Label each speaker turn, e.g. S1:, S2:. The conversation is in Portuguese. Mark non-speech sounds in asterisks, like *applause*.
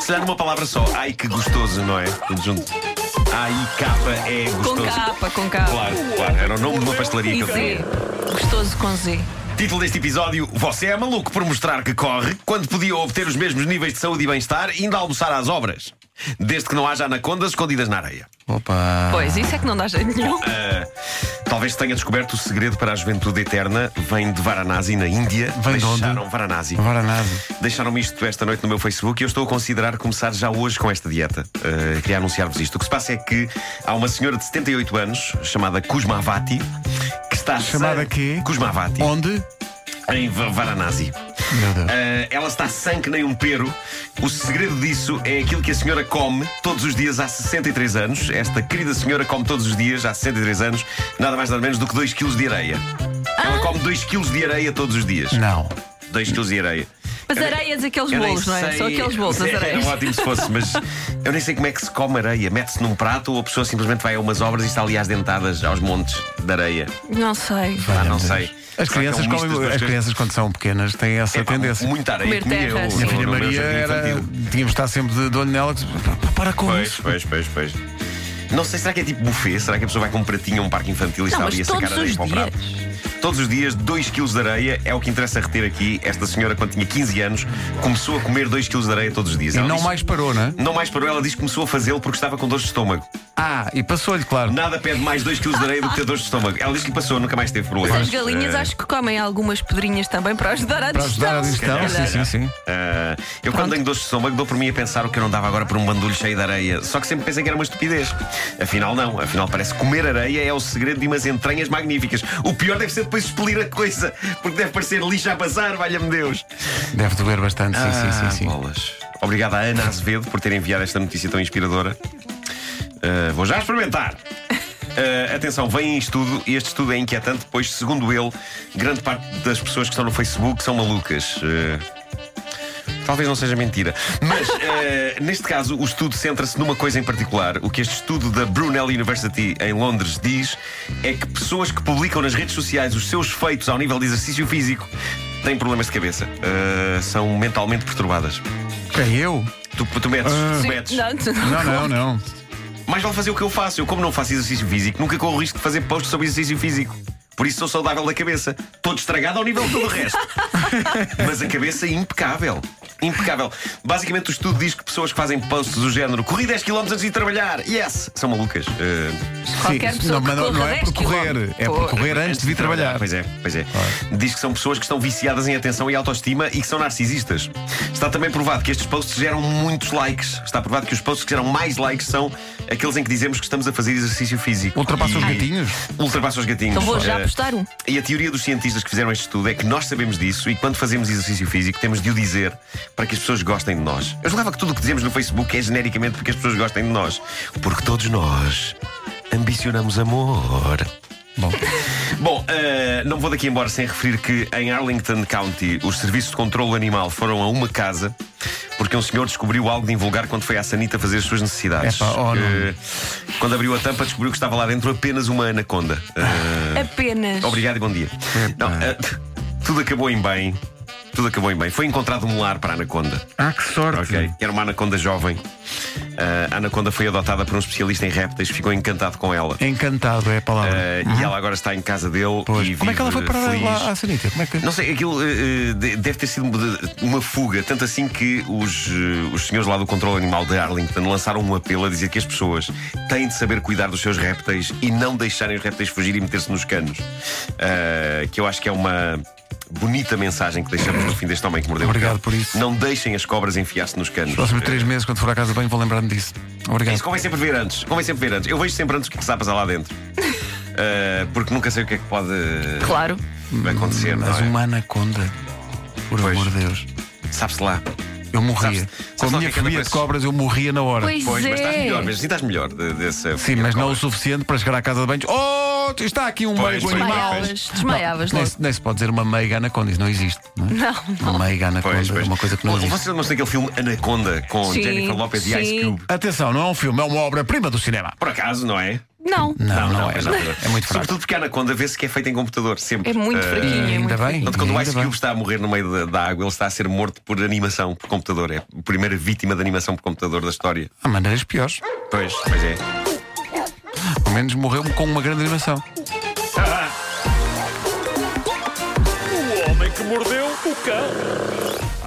S1: Se dar uma palavra só, ai que gostoso, não é? Tudo junto. Ai, capa é
S2: Com
S1: gostoso.
S2: capa, com capa.
S1: Claro, claro. Era o nome de uma pastelaria
S2: E
S1: que eu
S2: Z.
S1: tinha.
S2: Gostoso com Z.
S1: Título deste episódio: Você é maluco por mostrar que corre quando podia obter os mesmos níveis de saúde e bem-estar e ainda almoçar às obras. Desde que não haja anacondas escondidas na areia.
S3: Opa!
S2: Pois, isso é que não dá jeito nenhum.
S1: Ah, talvez tenha descoberto o segredo para a juventude eterna. Vem de Varanasi, na Índia.
S3: Vem de onde?
S1: Deixaram Varanasi.
S3: Varanasi.
S1: Deixaram-me isto esta noite no meu Facebook e eu estou a considerar começar já hoje com esta dieta. Uh, queria anunciar-vos isto. O que se passa é que há uma senhora de 78 anos, chamada Kuzmavati, que está
S3: Chamada
S1: sã-
S3: quê?
S1: Kuzmavati,
S3: Onde?
S1: em Va- Varanasi.
S3: Meu Deus.
S1: Uh, ela está sã que nem um pero. O segredo disso é aquilo que a senhora come todos os dias há 63 anos. Esta querida senhora come todos os dias há 63 anos nada mais nada menos do que 2 kg de areia. Ela come 2 kg de areia todos os dias.
S3: Não.
S1: 2 kg de areia.
S2: Mas
S1: Eu nem-
S2: areias, aqueles
S1: eu nem
S2: bolos, não é?
S1: sei-
S2: São aqueles bolos,
S1: *laughs*
S2: as areias.
S1: Era ótimo se fosse, mas eu nem sei como é que se come areia. Mete-se num prato ou a pessoa simplesmente vai a umas obras e está ali às dentadas, aos montes de areia.
S2: Não sei.
S1: Ah, não
S3: Meu Deus.
S1: sei. Será
S3: As
S1: que é um
S3: crianças,
S1: misto das
S3: comem,
S1: duas
S3: as
S1: coisas?
S3: crianças quando são pequenas têm essa
S1: É pá,
S3: tendência.
S1: Muita areia.
S2: Comer
S1: comia eu,
S2: terra,
S1: eu,
S2: sim.
S3: Minha filha
S1: no meu
S3: Maria
S1: jardim
S3: era. um
S1: infantil.
S3: Tínhamos de estar sempre de, de olho nela. que- pá, Para com
S1: Pois,
S3: isso.
S1: pois, pois, pois. Não sei, será que é tipo buffet? Será que a pessoa vai com um pratinho a um parque infantil e está
S2: mas
S1: ali a sacar
S2: todos
S1: areia
S2: os
S1: para o prato? Todos os dias, 2 kg de areia é o que interessa reter aqui. Esta senhora, quando tinha 15 anos, começou a comer 2 kg de areia todos os dias.
S3: E
S1: Ela
S3: não
S1: disse-
S3: mais parou, não é?
S1: Não mais parou, ela diz que começou a fazê-lo porque estava com dor de estômago.
S3: Ah, e passou-lhe, claro.
S1: Nada pede mais 2 kg de areia do que ter dor de estômago. Ela diz que lhe passou, nunca mais teve problemas.
S2: As galinhas
S1: Eh,
S2: acho que comem algumas pedrinhas também para ajudar à
S3: Para ajudar a
S2: digestão.
S3: digestão.
S2: se calhar.
S3: Sim, sim, sim.
S1: eh, eu, quando tenho dor de estômago, dou por mim a pensar o que eu não dava agora por um bandulho cheio de areia. Só que sempre pensei que era uma estupidez. Afinal, não. Afinal, parece que comer areia é o segredo de umas entranhas magníficas. O pior deve ser depois expelir a coisa, porque deve parecer lixo a passar, valha-me Deus.
S3: Deve doer bastante, sim, sim,
S1: Ah,
S3: sim. sim.
S1: bolas. Obrigado à Ana Azevedo por ter enviado esta notícia tão inspiradora. Ah, vou já experimentar. Ah, atenção, vem em estudo, e este estudo é inquietante, pois, segundo ele, grande parte das pessoas que estão no Facebook são malucas. Ah, talvez não seja mentira. Mas, ah, *laughs* neste caso, o estudo centra-se numa coisa em particular. O que este estudo da Brunel University em Londres diz é que pessoas que publicam nas redes sociais os seus feitos ao nível de exercício físico têm problemas de cabeça. Ah, são mentalmente perturbadas.
S3: É eu?
S1: Tu, tu metes,
S2: Ah.
S1: tu metes.
S2: Não, tu não.
S3: Não, não, não.
S1: Mas vale fazer o que eu faço. Eu, como não faço exercício físico, nunca corro o risco de fazer posts sobre exercício físico. Por isso sou saudável da cabeça. Todo estragado ao nível de todo o resto. Mas a cabeça é impecável. Impecável. Basicamente, o estudo diz que pessoas que fazem posts do género corri 10km antes de ir trabalhar, yes, são malucas. Eh,
S2: Qualquer pessoa
S3: não, mas
S2: que
S3: não, não
S2: corra
S3: é por
S2: 10
S3: correr, é por
S2: quilómetros.
S3: correr antes de vir trabalhar.
S1: Pois é, pois é. Diz que são pessoas que estão viciadas em atenção e autoestima e que são narcisistas. Está também provado que estes posts geram muitos likes. Está provado que os posts que geram mais likes são aqueles em que dizemos que estamos a fazer exercício físico.
S3: Ultrapassa os
S1: E-
S3: gatinhos?
S1: Ultrapassa os gatinhos.
S2: Então vou já
S1: Eh,
S2: apostar um.
S1: E a teoria dos cientistas que fizeram este estudo é que nós sabemos disso e quando fazemos exercício físico temos de o dizer para que as pessoas gostem de nós. Eu julgava que tudo o que dizemos no Facebook é genericamente porque as pessoas gostem de nós. Porque todos nós ambicionamos amor.
S3: Bom,
S1: Bom, eh, não vou daqui embora sem referir que em Arlington County os serviços de controlo animal foram a uma casa porque um senhor descobriu algo de invulgar quando foi à Sanita fazer as suas necessidades.
S3: Epá, oh, não.
S1: Eh, quando abriu a tampa, descobriu que estava lá dentro apenas uma anaconda. Eh,
S2: Apenas.
S1: Obrigado e bom dia. Não, eh, tudo acabou em bem. Tudo acabou em bem. Foi encontrado um lar para a anaconda.
S3: ah, que sorte.
S1: Ok. Era uma anaconda jovem. Eh, a anaconda foi adotada por um especialista em répteis, ficou encantado com ela.
S3: Encantado é a palavra.
S1: Eh, E ela agora está em casa dele.
S3: Pois.
S1: E
S3: Como é que ela foi
S1: vive
S3: parar
S1: feliz.
S3: lá à Sanita? Como é que...
S1: Não sei, aquilo eh, eh, de- deve ter sido de- uma fuga, tanto assim que os, eh, os senhores lá do controle animal de Arlington lançaram um apelo a dizer que as pessoas têm de saber cuidar dos seus répteis e não deixarem os répteis fugir e meter-se nos canos. Ah, que eu acho que é uma bonita mensagem que deixamos no fim deste homem que mordeu o
S3: Obrigado
S1: cão.
S3: por isso.
S1: Não deixem as cobras enfiar-se nos canos.
S3: Próximos três meses, quando for à casa bem, vou lembrar-me disso.
S1: É
S3: Obrigado.
S1: Isso convém sempre ver antes. Convém sempre ver antes. Eu vejo sempre antes o que é que está a passar lá
S3: *laughs*
S1: dentro. Ah, porque nunca sei o que é que pode
S2: Claro.
S1: acontecer. não
S3: Hum, Mas
S1: é?
S3: uma anaconda, por
S1: Pois.
S3: amor de Deus.
S1: Sabe-se lá.
S3: Eu morria.
S1: Sabes-
S3: Com a
S1: sabes lá o que
S3: minha
S1: é que anda
S3: fobia
S1: com
S3: de
S1: esses-
S3: cobras, eu morria na hora.
S2: Pois,
S1: Pois,
S2: é.
S1: mas estás melhor, mas sim, estás melhor de, desse.
S3: Sim, mas não o suficiente para chegar à casa de banhos. Oh, está aqui um
S1: Pois,
S3: meigo
S1: pois,
S3: animal.
S1: pois.
S2: Desmaiavas, desmaiavas
S3: Não,
S2: logo.
S3: nem, se- nem se pode dizer uma meiga anaconda, isso não existe. Não, é?
S2: Não, não.
S3: Meiga anaconda
S1: Pois, pois.
S3: é uma coisa que não existe.
S1: Vocês lembram-se daquele filme Anaconda com
S2: Sim,
S1: Jennifer Lopez e Ice
S2: sim.
S1: Cube?
S3: Atenção, não é um filme, é uma obra-prima do cinema.
S1: Por acaso, não é?
S2: Não.
S3: Não, não, é.
S1: mas
S3: não.
S1: mas
S3: É muito fraco.
S1: Sobretudo porque a Anaconda vê-se que é feita em computador, sempre.
S2: É muito
S1: Eh,
S2: fraquinho. é
S3: Ainda
S2: muito
S3: bem.
S1: Portanto, quando o
S3: ainda
S1: Ice
S3: bem.
S1: Cube está a morrer no meio da, da água, ele está a ser morto por animação por computador. É a primeira vítima de animação por computador da história.
S3: Há maneiras piores.
S1: Pois, pois é.
S3: Pelo menos morreu com uma grande animação.
S4: O homem que mordeu o cão.